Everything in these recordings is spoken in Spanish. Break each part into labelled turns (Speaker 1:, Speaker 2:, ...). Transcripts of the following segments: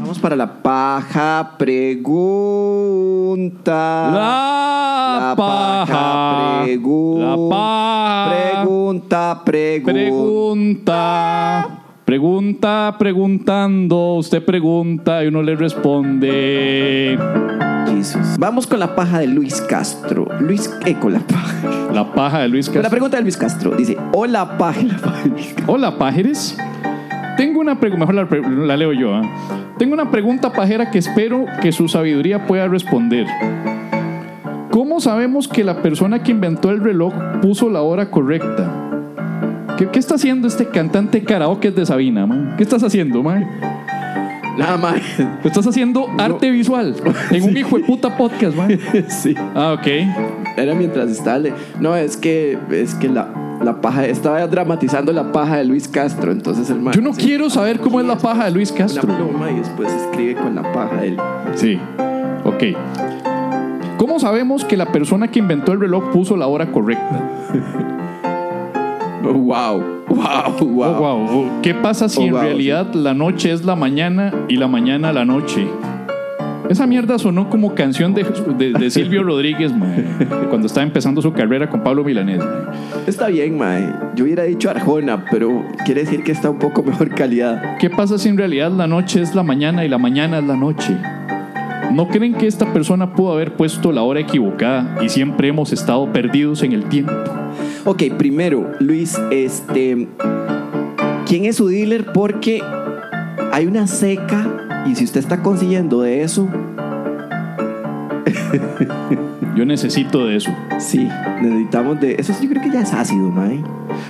Speaker 1: Vamos para la paja pregunta.
Speaker 2: La paja. La paja.
Speaker 1: Pregunta, pregunta.
Speaker 2: Pregunta. Pregunta preguntando. Usted pregunta y uno le responde.
Speaker 1: Jesus. Vamos con la paja de Luis Castro. Luis, eh, con la paja.
Speaker 2: La paja de Luis
Speaker 1: Con la
Speaker 2: Castro.
Speaker 1: pregunta de Luis Castro. Dice, hola paja. la paja de Luis Castro.
Speaker 2: Hola, pajeres. Tengo una pregunta, mejor la, pre- la leo yo. ah. Tengo una pregunta pajera que espero que su sabiduría pueda responder. ¿Cómo sabemos que la persona que inventó el reloj puso la hora correcta? ¿Qué, qué está haciendo este cantante karaoke de Sabina, man? ¿Qué estás haciendo, man?
Speaker 1: Nada más.
Speaker 2: Estás haciendo arte visual en un hijo de puta podcast, man.
Speaker 1: sí.
Speaker 2: Ah, ok.
Speaker 1: Era mientras estaba. le- No, es que, es que la, la paja. Estaba dramatizando la paja de Luis Castro. Entonces el man-
Speaker 2: Yo no
Speaker 1: sí,
Speaker 2: quiero saber cómo es la paja de Luis
Speaker 1: Una
Speaker 2: Castro.
Speaker 1: pluma y después escribe con la paja del.
Speaker 2: Sí. Ok. ¿Cómo sabemos que la persona que inventó el reloj puso la hora correcta?
Speaker 1: Oh, Wow, wow, wow.
Speaker 2: Oh, wow. Oh, ¿Qué pasa si
Speaker 1: Ah. Oh,
Speaker 2: en
Speaker 1: wow,
Speaker 2: realidad la noche es la mañana y la mañana la noche? Esa mierda sonó como canción de, de- de Silvio Rodríguez mae, cuando estaba empezando su carrera con Pablo Milanés. mae.
Speaker 1: Está bien, mae. Yo hubiera dicho Arjona, pero quiere decir que está un poco mejor calidad.
Speaker 2: ¿Qué pasa si en realidad la noche es la mañana y la mañana es la noche? ¿No creen que esta persona pudo haber puesto la hora equivocada y siempre hemos estado perdidos en el tiempo?
Speaker 1: Ok, primero, Luis, este. ¿Quién es su dealer? Porque hay una seca y si usted está consiguiendo de eso,
Speaker 2: Yo necesito de eso.
Speaker 1: sí, necesitamos de. Eso yo creo que ya es ácido, mae.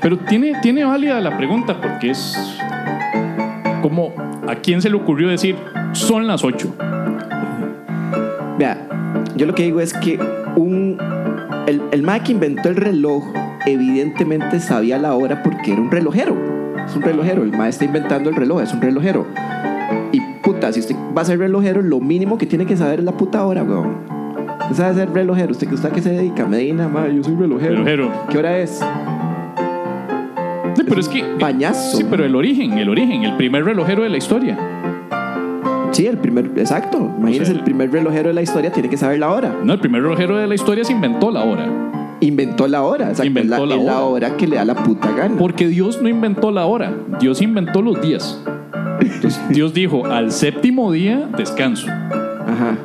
Speaker 2: Pero tiene, tiene válida la pregunta porque es como a quién se le ocurrió decir son las 8.
Speaker 1: Vea, yo lo que digo es que un. El, el mae que inventó el reloj, evidentemente sabía la hora porque era un relojero. Es un relojero. El mae está inventando el reloj, es un relojero. Y puta, si usted va a ser relojero, lo mínimo que tiene que saber es la puta hora, weón. Usted sabe ser relojero. ¿Usted, usted a qué se dedica? Medina, mae, yo soy relojero.
Speaker 2: Relojero.
Speaker 1: ¿Qué hora es?
Speaker 2: Sí, pero es que
Speaker 1: Pañazo.
Speaker 2: sí, pero el origen, el origen, el primer relojero de la historia.
Speaker 1: Sí, el primer. Exacto. Imagínese,
Speaker 2: sea,
Speaker 1: el primer relojero de la historia tiene que saber la hora.
Speaker 2: No, el primer relojero de la historia se inventó la hora,
Speaker 1: Inventó la hora. Exacto.
Speaker 2: Inventó
Speaker 1: es
Speaker 2: la
Speaker 1: la, es la
Speaker 2: hora.
Speaker 1: hora que le da la puta gana.
Speaker 2: porque Dios no inventó la hora, Dios inventó los días. Entonces, Dios dijo, "Al séptimo día descanso",
Speaker 1: Ajá.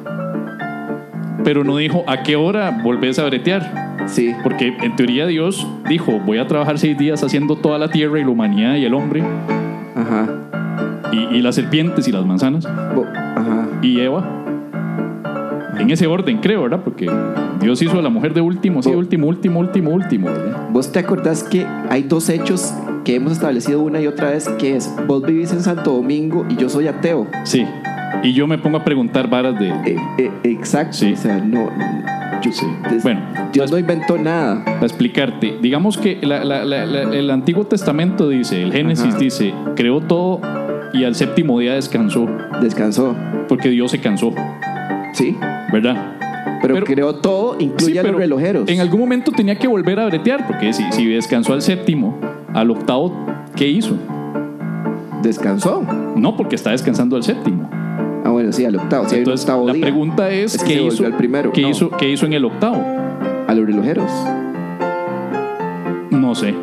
Speaker 2: pero no dijo a qué hora volvés a bretear,
Speaker 1: Sí.
Speaker 2: porque en teoría Dios dijo, "Voy a trabajar seis días haciendo toda la tierra y la humanidad y el hombre
Speaker 1: Ajá.
Speaker 2: y- y las serpientes y las manzanas."
Speaker 1: Bo- Ajá.
Speaker 2: y Eva. En ese orden, creo, ¿verdad? Porque Dios hizo a la mujer de último,
Speaker 1: Oh.
Speaker 2: sí, último, último, último, último, ¿verdad?
Speaker 1: ¿Vos te acordás que hay dos hechos que hemos establecido una y otra vez, que es, vos vivís en Santo Domingo y yo soy ateo?
Speaker 2: Sí. Y yo me pongo a preguntar varas de.
Speaker 1: Eh, eh, exacto.
Speaker 2: Sí.
Speaker 1: O sea, no... Yo,
Speaker 2: Sí.
Speaker 1: des-
Speaker 2: Bueno,
Speaker 1: Dios no inventó nada.
Speaker 2: Para explicarte, digamos que la- la- la- la- el Antiguo Testamento dice, el Génesis
Speaker 1: Ajá.
Speaker 2: dice, creó todo y al séptimo día descansó,
Speaker 1: Descansó.
Speaker 2: porque Dios se cansó,
Speaker 1: Sí.
Speaker 2: ¿verdad?
Speaker 1: Pero,
Speaker 2: Pero-
Speaker 1: creó todo, incluye a
Speaker 2: pero
Speaker 1: los relojeros.
Speaker 2: En algún momento tenía que volver a bretear, porque si, si descansó al séptimo, al octavo, ¿qué hizo?
Speaker 1: Descansó.
Speaker 2: No, porque está descansando al séptimo.
Speaker 1: Ah, bueno, sí, al octavo. Sí, hay un
Speaker 2: Entonces,
Speaker 1: octavo
Speaker 2: la
Speaker 1: día.
Speaker 2: pregunta es,
Speaker 1: Es que
Speaker 2: ¿qué,
Speaker 1: se volvió
Speaker 2: hizo,
Speaker 1: al primero,
Speaker 2: ¿qué,
Speaker 1: no.
Speaker 2: hizo, ¿qué hizo en el octavo?
Speaker 1: A los relojeros.
Speaker 2: No sé.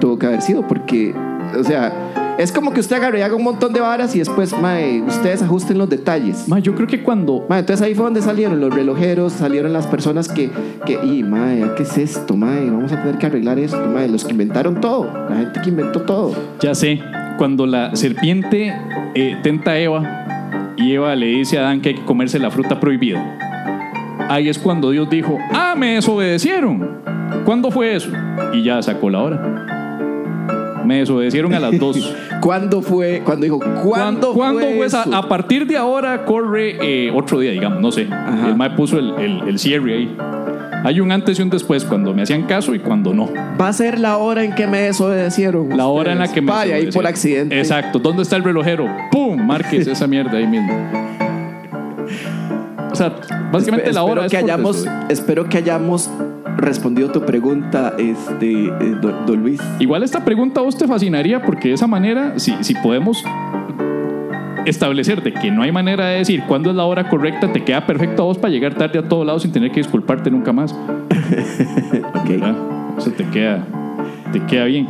Speaker 1: Tuvo que haber sido porque, o sea, es como que usted agarre y haga un montón de varas y después, mae, ustedes ajusten los detalles.
Speaker 2: Ma, yo creo que cuando...
Speaker 1: Ma, entonces ahí fue donde salieron los relojeros, salieron las personas que, que y mae, ¿qué es esto, mae? Vamos a tener que arreglar esto, mae, los que inventaron todo, la gente que inventó todo.
Speaker 2: Ya sé, cuando la serpiente eh, tenta a Eva y Eva le dice a Adán que hay que comerse la fruta prohibida. Ahí es cuando Dios dijo, ah, me desobedecieron. ¿Cuándo fue eso? Y ya sacó la hora. Me desobedecieron a las dos.
Speaker 1: ¿Cuándo fue? Cuando dijo, ¿cuándo,
Speaker 2: ¿Cuándo, cuándo
Speaker 1: fue
Speaker 2: fue esa-
Speaker 1: eso?
Speaker 2: A partir de ahora corre eh, otro día, digamos, no sé.
Speaker 1: Ajá.
Speaker 2: El MAE puso el, el- el cierre ahí. Hay un antes y un después, cuando me hacían caso y cuando no.
Speaker 1: Va a ser la hora en que me desobedecieron.
Speaker 2: La hora en la
Speaker 1: ustedes.
Speaker 2: que me.
Speaker 1: Vaya, ahí por
Speaker 2: desobedecieron.
Speaker 1: accidente.
Speaker 2: Exacto. ¿Dónde está el relojero? ¡Pum! Marques esa mierda ahí mismo. O sea, básicamente
Speaker 1: Espe-
Speaker 2: la
Speaker 1: espero
Speaker 2: hora es
Speaker 1: que
Speaker 2: por
Speaker 1: hayamos,
Speaker 2: desobediencia.
Speaker 1: espero que hayamos respondido tu pregunta, este, eh, don, don Luis.
Speaker 2: Igual esta pregunta a vos te fascinaría porque de esa manera, si, si podemos establecer de que no hay manera de decir cuándo es la hora correcta, te queda perfecto a vos para llegar tarde a todo lado sin tener que disculparte nunca más. ¿verdad? Eso te queda, te queda bien.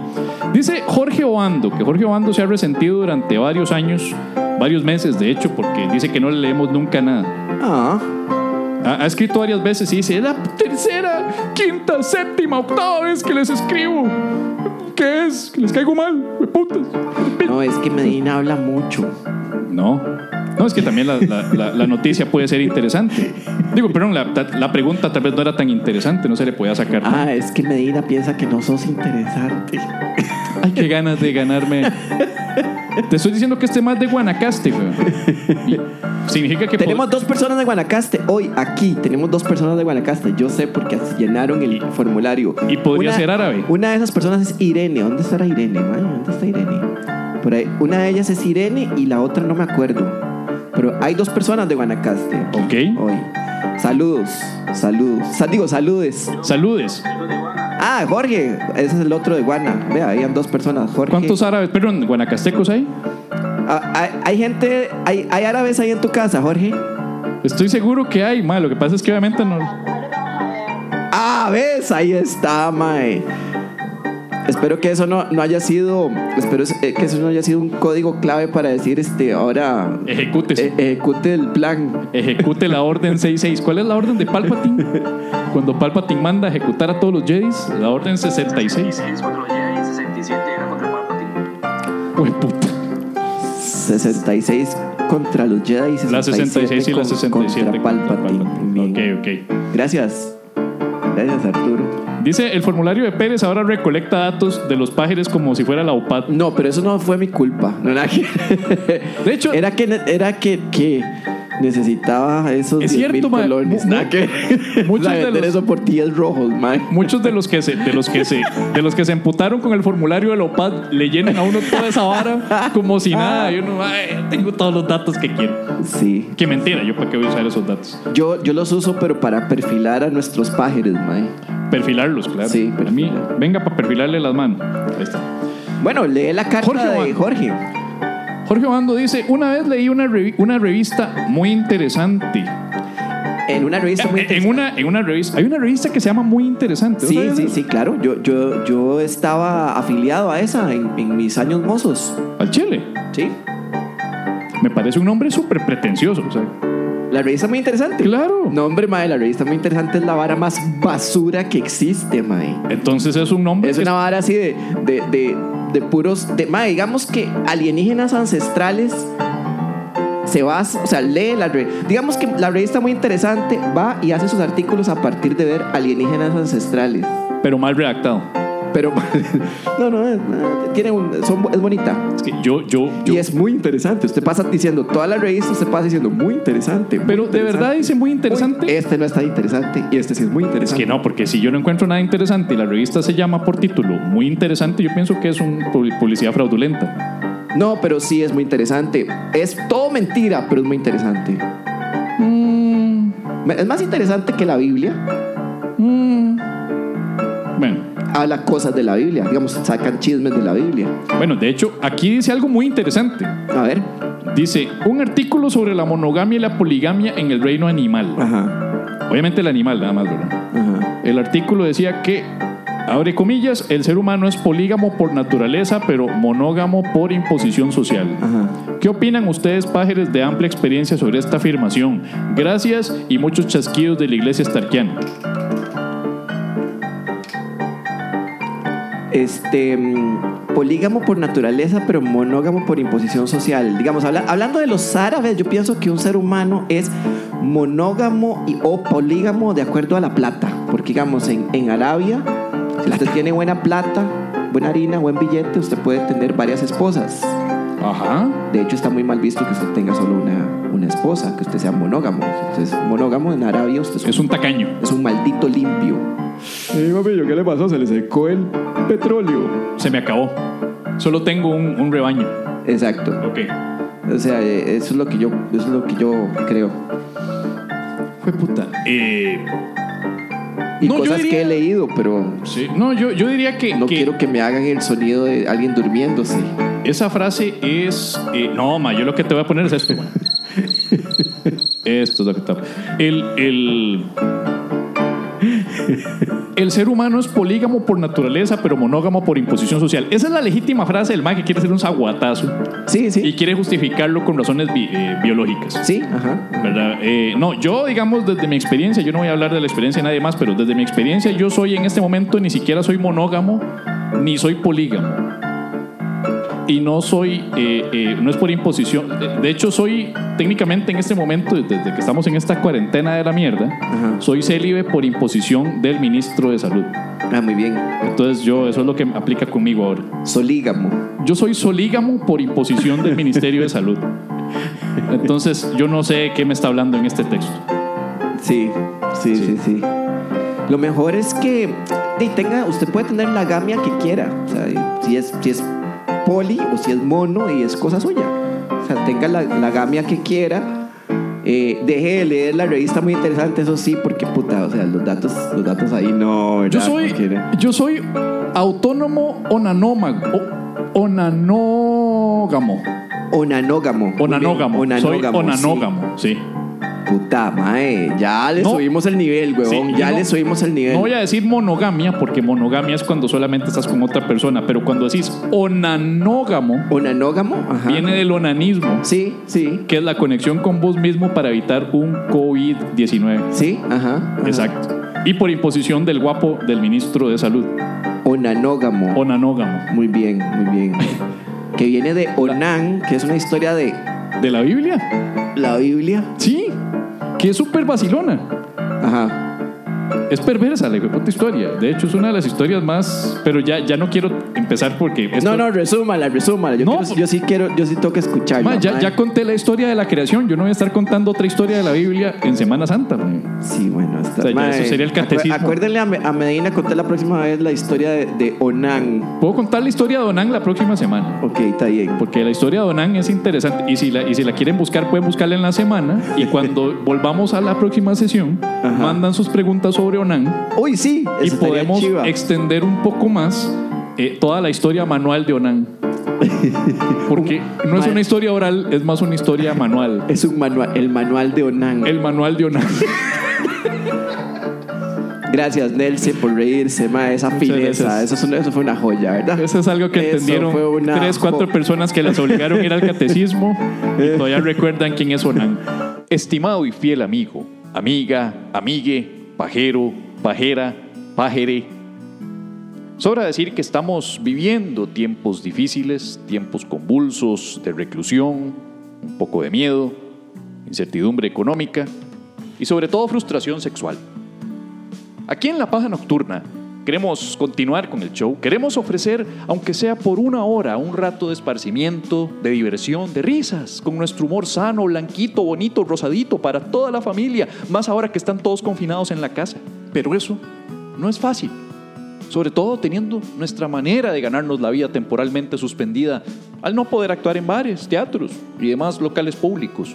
Speaker 2: Dice Jorge Obando, que Jorge Obando se ha resentido durante varios años, varios meses de hecho, porque dice que no le leemos nunca nada.
Speaker 1: Ah,
Speaker 2: Ha, ha escrito varias veces y dice, "Es la tercera, quinta, séptima, octava vez que les escribo. ¿Qué es? Que les caigo mal, putas.
Speaker 1: no, es que Medina habla mucho.
Speaker 2: No. No, es que también la, la- la- la noticia puede ser interesante. Digo, perdón, la, la pregunta tal vez no era tan interesante, no se le podía sacar.
Speaker 1: Ah, es que Medina piensa que no sos interesante.
Speaker 2: Ay, qué ganas de ganarme. Te estoy diciendo que este más de Guanacaste, güey. Y Significa que
Speaker 1: Tenemos dos personas de Guanacaste hoy aquí. Tenemos dos personas de Guanacaste. Yo sé porque así llenaron el formulario.
Speaker 2: y podría
Speaker 1: Una-
Speaker 2: ser árabe.
Speaker 1: Una de esas personas es Irene. ¿Dónde estará Irene? mae? ¿Dónde está Irene? Por ahí. Una de ellas es Irene y la otra no me acuerdo. Pero hay dos personas de Guanacaste aquí
Speaker 2: Ok.
Speaker 1: hoy. Saludos, saludos. Sa- digo, saludes.
Speaker 2: Saludes.
Speaker 1: Ah, Jorge. Ese es el otro de Guana. Vea, habían dos personas. Jorge.
Speaker 2: ¿Cuántos árabes, perdón, guanacastecos hay?
Speaker 1: Ah, hay, hay gente, hay, hay árabes ahí en tu casa, Jorge.
Speaker 2: Estoy seguro que hay, ma. Lo que pasa es que obviamente no.
Speaker 1: Ah, ves, ahí está, mae. Espero que eso no, no haya sido, espero eh, que eso no haya sido un código clave para decir, este, ahora
Speaker 2: Ejecutes.
Speaker 1: eh, ejecute el plan.
Speaker 2: Ejecute la orden 66. ¿Cuál es la orden de Palpatine? Cuando Palpatine manda a ejecutar a todos los Jedis, la orden 66.
Speaker 3: 66 contra los Jedi, 67 era contra Palpatine.
Speaker 2: Güey, puta.
Speaker 1: 66 contra los Jedi. y 67
Speaker 2: La 66 y la
Speaker 1: con-
Speaker 2: 67
Speaker 1: contra Palpatine. Bien.
Speaker 2: Ok, ok.
Speaker 1: Gracias. Gracias, Arturo.
Speaker 2: Dice, el formulario de Pérez ahora recolecta datos de los pájaros como si fuera la OPAT.
Speaker 1: No, pero eso no fue mi culpa. No era que,
Speaker 2: De hecho,
Speaker 1: era que, ne- era que, que necesitaba esos
Speaker 2: Es
Speaker 1: 10.000
Speaker 2: cierto, mae.
Speaker 1: colones.
Speaker 2: Mu-
Speaker 1: Nada que-
Speaker 2: muchos
Speaker 1: Ah, la
Speaker 2: de
Speaker 1: vender
Speaker 2: los-
Speaker 1: eso por 10 rojos, man.
Speaker 2: muchos de los que se, de los que se, de los que se emputaron con el formulario de la OPAT le llenan a uno toda esa vara como
Speaker 1: Ah.
Speaker 2: si nada. Y uno, "Ay, tengo todos los datos que quiero.
Speaker 1: Sí.
Speaker 2: Que mentira, yo para qué voy a usar esos datos.
Speaker 1: Yo, yo los uso, pero para perfilar a nuestros pájaros, mae.
Speaker 2: Perfilarlos, claro.
Speaker 1: Sí,
Speaker 2: A mí,
Speaker 1: perfilar.
Speaker 2: venga para perfilarle las manos. Ahí está.
Speaker 1: Bueno, lee la carta
Speaker 2: Jorge
Speaker 1: de
Speaker 2: Obando.
Speaker 1: Jorge.
Speaker 2: Jorge Obando dice, una vez leí una, revi- una revista muy interesante.
Speaker 1: En una revista muy
Speaker 2: Eh, en, una, en una revista, hay una revista que se llama Muy Interesante. ¿no
Speaker 1: Sí,
Speaker 2: sabías
Speaker 1: sí,
Speaker 2: eso?
Speaker 1: sí, claro. Yo, yo, yo estaba afiliado a esa en, en mis años mozos.
Speaker 2: Al Chile.
Speaker 1: Sí.
Speaker 2: Me parece un nombre súper pretencioso. o sea,
Speaker 1: La revista muy interesante.
Speaker 2: Claro.
Speaker 1: No, hombre, mae, la revista muy interesante es la vara más basura que existe, mae.
Speaker 2: Entonces es un nombre.
Speaker 1: Es
Speaker 2: que
Speaker 1: una vara así de, de, de, de puros. De, mae, digamos que alienígenas ancestrales se va. O sea, lee la revista. Digamos que la revista muy interesante va y hace sus artículos a partir de ver alienígenas ancestrales.
Speaker 2: pero mal redactado.
Speaker 1: Pero, no, no, es, tiene un, son, es bonita.
Speaker 2: Es que yo, yo, yo.
Speaker 1: Y es muy interesante. Usted pasa diciendo, toda la revista usted pasa diciendo, muy interesante. muy
Speaker 2: Pero de
Speaker 1: interesante,
Speaker 2: verdad dice muy interesante.
Speaker 1: muy- este no está interesante y este sí es muy
Speaker 2: Es
Speaker 1: interesante.
Speaker 2: que no, porque si yo no encuentro nada interesante y la revista se llama por título muy interesante, yo pienso que es una publicidad fraudulenta.
Speaker 1: no. pero sí es muy interesante. Es todo mentira, pero es muy interesante. Es más interesante que la Biblia.
Speaker 2: Bueno,
Speaker 1: Habla cosas de la Biblia. Digamos, sacan chismes de la Biblia.
Speaker 2: bueno, de hecho, aquí dice algo muy interesante.
Speaker 1: A ver.
Speaker 2: Dice un artículo sobre la monogamia y la poligamia en el reino animal.
Speaker 1: Ajá.
Speaker 2: Obviamente el animal, nada más, ¿verdad?
Speaker 1: Ajá.
Speaker 2: El artículo decía que, abre comillas, el ser humano es polígamo por naturaleza, pero monógamo por imposición social.
Speaker 1: Ajá.
Speaker 2: ¿Qué opinan ustedes, pájaros de amplia experiencia, sobre esta afirmación? Gracias y muchos chasquidos de la iglesia starkiana.
Speaker 1: Este. mm, Polígamo por naturaleza, pero monógamo por imposición social. Digamos, habla- hablando de los árabes, yo pienso que un ser humano es monógamo y, o polígamo de acuerdo a la plata. Porque, digamos, en, en Arabia, si usted tiene buena plata, buena harina, buen billete, usted puede tener varias esposas.
Speaker 2: Ajá.
Speaker 1: De hecho, está muy mal visto que usted tenga solo una, una esposa, que usted sea monógamo. Si usted es monógamo en Arabia, usted es un,
Speaker 2: Es un tacaño.
Speaker 1: es un maldito limpio.
Speaker 2: Ey, papillo, ¿qué le pasó? Se le secó el petróleo. Se me acabó. Solo tengo un, un rebaño.
Speaker 1: Exacto.
Speaker 2: Ok.
Speaker 1: O sea, eh, eso es lo que yo, eso es lo que yo creo.
Speaker 2: Fue puta. Eh,
Speaker 1: Y
Speaker 2: No, yo
Speaker 1: cosas que
Speaker 2: diría-
Speaker 1: he leído, pero
Speaker 2: sí. No, yo, yo diría que,
Speaker 1: no
Speaker 2: que
Speaker 1: quiero que me hagan el sonido de alguien durmiéndose.
Speaker 2: esa frase es. eh, no, ma, yo lo que te voy a poner es esto, ma. Esto es lo que está. El, el, el ser humano es polígamo por naturaleza, pero monógamo por imposición social. Esa es la legítima frase del man que quiere hacer un zaguatazo
Speaker 1: Sí,
Speaker 2: y
Speaker 1: sí.
Speaker 2: quiere justificarlo con razones bi- eh, biológicas.
Speaker 1: Sí, ajá.
Speaker 2: ¿verdad? Eh, no, yo, digamos, desde mi experiencia, yo no voy a hablar de la experiencia de nadie más, pero desde mi experiencia, yo soy en este momento ni siquiera soy monógamo, ni soy polígamo. Y no soy, eh, eh, no es por imposición. De, de hecho, soy técnicamente en este momento, desde que estamos en esta cuarentena de la mierda,
Speaker 1: Ajá.
Speaker 2: soy célibe por imposición del ministro de salud.
Speaker 1: Ah, muy bien.
Speaker 2: Entonces, yo, eso es lo que aplica conmigo ahora.
Speaker 1: Solígamo.
Speaker 2: Yo soy solígamo por imposición del Ministerio de Salud. Entonces, yo no sé qué me está hablando en este texto.
Speaker 1: Sí, sí,
Speaker 2: Sí.
Speaker 1: sí, sí. Lo mejor es que y tenga, usted puede tener la gamia que quiera. O sea, y si es, si es poli o si es mono y es cosa suya. O sea, tenga la, la gamia que quiera. Eh, deje de leer la revista muy interesante, eso sí, porque puta, o sea, los datos, los datos ahí no.
Speaker 2: Yo
Speaker 1: ¿verdad?
Speaker 2: soy,
Speaker 1: No quiere.
Speaker 2: yo soy autónomo onanómago. o- Onanógamo.
Speaker 1: Onanógamo. Muy bien,
Speaker 2: Onanógamo. Soy
Speaker 1: sí.
Speaker 2: onanógamo, sí.
Speaker 1: Puta mae, ya le
Speaker 2: No.
Speaker 1: subimos el nivel, huevón.
Speaker 2: Sí,
Speaker 1: ya
Speaker 2: yo no-
Speaker 1: le subimos el nivel.
Speaker 2: No voy a decir monogamia, porque monogamia es cuando solamente estás con otra persona, pero cuando decís onanógamo,
Speaker 1: Onanógamo, ajá.
Speaker 2: viene del onanismo,
Speaker 1: Sí, sí.
Speaker 2: que es la conexión con vos mismo para evitar un COVID-19.
Speaker 1: Sí, ajá. ajá.
Speaker 2: Exacto. Y por imposición del guapo del ministro de salud,
Speaker 1: Onanógamo.
Speaker 2: onanógamo.
Speaker 1: muy bien, muy bien. que viene de Onan, que es una historia de
Speaker 2: ¿De la Biblia?
Speaker 1: la Biblia.
Speaker 2: Sí, que es súper vacilona.
Speaker 1: Ajá.
Speaker 2: Es perversa la puta historia. De hecho, es una de las historias más. Pero ya, ya no quiero empezar porque. esto-
Speaker 1: No, no, resúmala, resúmala. Yo,
Speaker 2: No,
Speaker 1: quiero-
Speaker 2: por-
Speaker 1: yo sí quiero, yo sí tengo que escucharla.
Speaker 2: Ma, ya,
Speaker 1: mae.
Speaker 2: ya conté la historia de la creación. Yo no voy a estar contando otra historia de la Biblia en Semana Santa. ma.
Speaker 1: Sí, bueno, está
Speaker 2: O sea, ya
Speaker 1: mae.
Speaker 2: eso sería el catecismo.
Speaker 1: Acu- Acuérdenle a, Me- a Medina contar la próxima vez la historia de, de Onan.
Speaker 2: Puedo contar la historia de Onán la próxima semana.
Speaker 1: Ok, está bien.
Speaker 2: Porque la historia de Onán es interesante. Y si, la, y si la quieren buscar, pueden buscarla en la semana. Y cuando volvamos a la próxima sesión,
Speaker 1: Ajá.
Speaker 2: mandan sus preguntas sobre Onán.
Speaker 1: Uy, sí,
Speaker 2: Y
Speaker 1: eso estaría
Speaker 2: podemos
Speaker 1: chiva.
Speaker 2: extender un poco más eh, toda la historia manual de Onán. Porque no es
Speaker 1: Mal.
Speaker 2: una historia oral, es más una historia manual.
Speaker 1: Es un manual, el manual de Onan.
Speaker 2: El manual de Onan.
Speaker 1: Gracias, Nelson, por reírse, ma, esa fineza.
Speaker 2: gracias.
Speaker 1: Eso, es una- eso fue una joya, ¿verdad?
Speaker 2: Eso es algo que
Speaker 1: Eso
Speaker 2: entendieron
Speaker 1: fue una
Speaker 2: tres, cuatro
Speaker 1: jo-
Speaker 2: personas que las obligaron a ir al catecismo
Speaker 1: Eh.
Speaker 2: y todavía recuerdan quién es Onan. Estimado y fiel amigo, amiga, amigue, pajero, pajera, pajere. Sobra decir que estamos viviendo tiempos difíciles, tiempos convulsos de reclusión, un poco de miedo, incertidumbre económica y sobre todo frustración sexual. Aquí en La Paja Nocturna queremos continuar con el show, queremos ofrecer, aunque sea por una hora, un rato de esparcimiento, de diversión, de risas, con nuestro humor sano, blanquito, bonito, rosadito, para toda la familia, más ahora que están todos confinados en la casa. Pero eso no es fácil, sobre todo teniendo nuestra manera de ganarnos la vida temporalmente suspendida al no poder actuar en bares, teatros y demás locales públicos.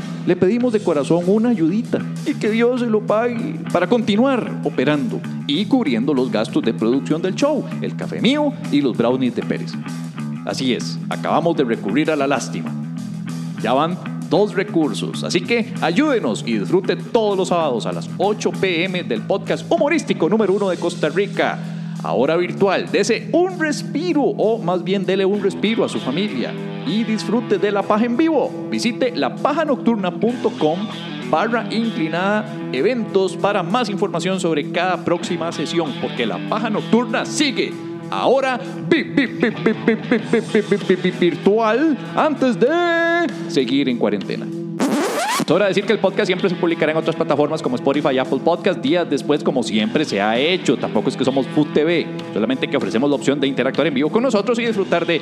Speaker 2: le pedimos de corazón una ayudita y que Dios se lo pague para continuar operando y cubriendo los gastos de producción del show, el café mío y los brownies de Pérez. Así es, acabamos de recurrir a la lástima. Ya van dos recursos, así que ayúdenos y disfrute todos los sábados a las 8 pm del podcast humorístico número uno de Costa Rica. Ahora virtual, dese un respiro o más bien dele un respiro a su familia y disfrute de la paja en vivo. Visite lapajanocturna.com barra inclinada eventos para más información sobre cada próxima sesión, porque la paja nocturna sigue ahora vi- vi- vi- vi- vi- vi- vi- vi- vi- vi- vi- virtual antes de seguir en cuarentena. Sobra decir que el podcast siempre se publicará en otras plataformas como Spotify y Apple Podcast días después, como siempre se ha hecho. Tampoco es que somos Food TV, solamente que ofrecemos la opción de interactuar en vivo con nosotros y disfrutar de.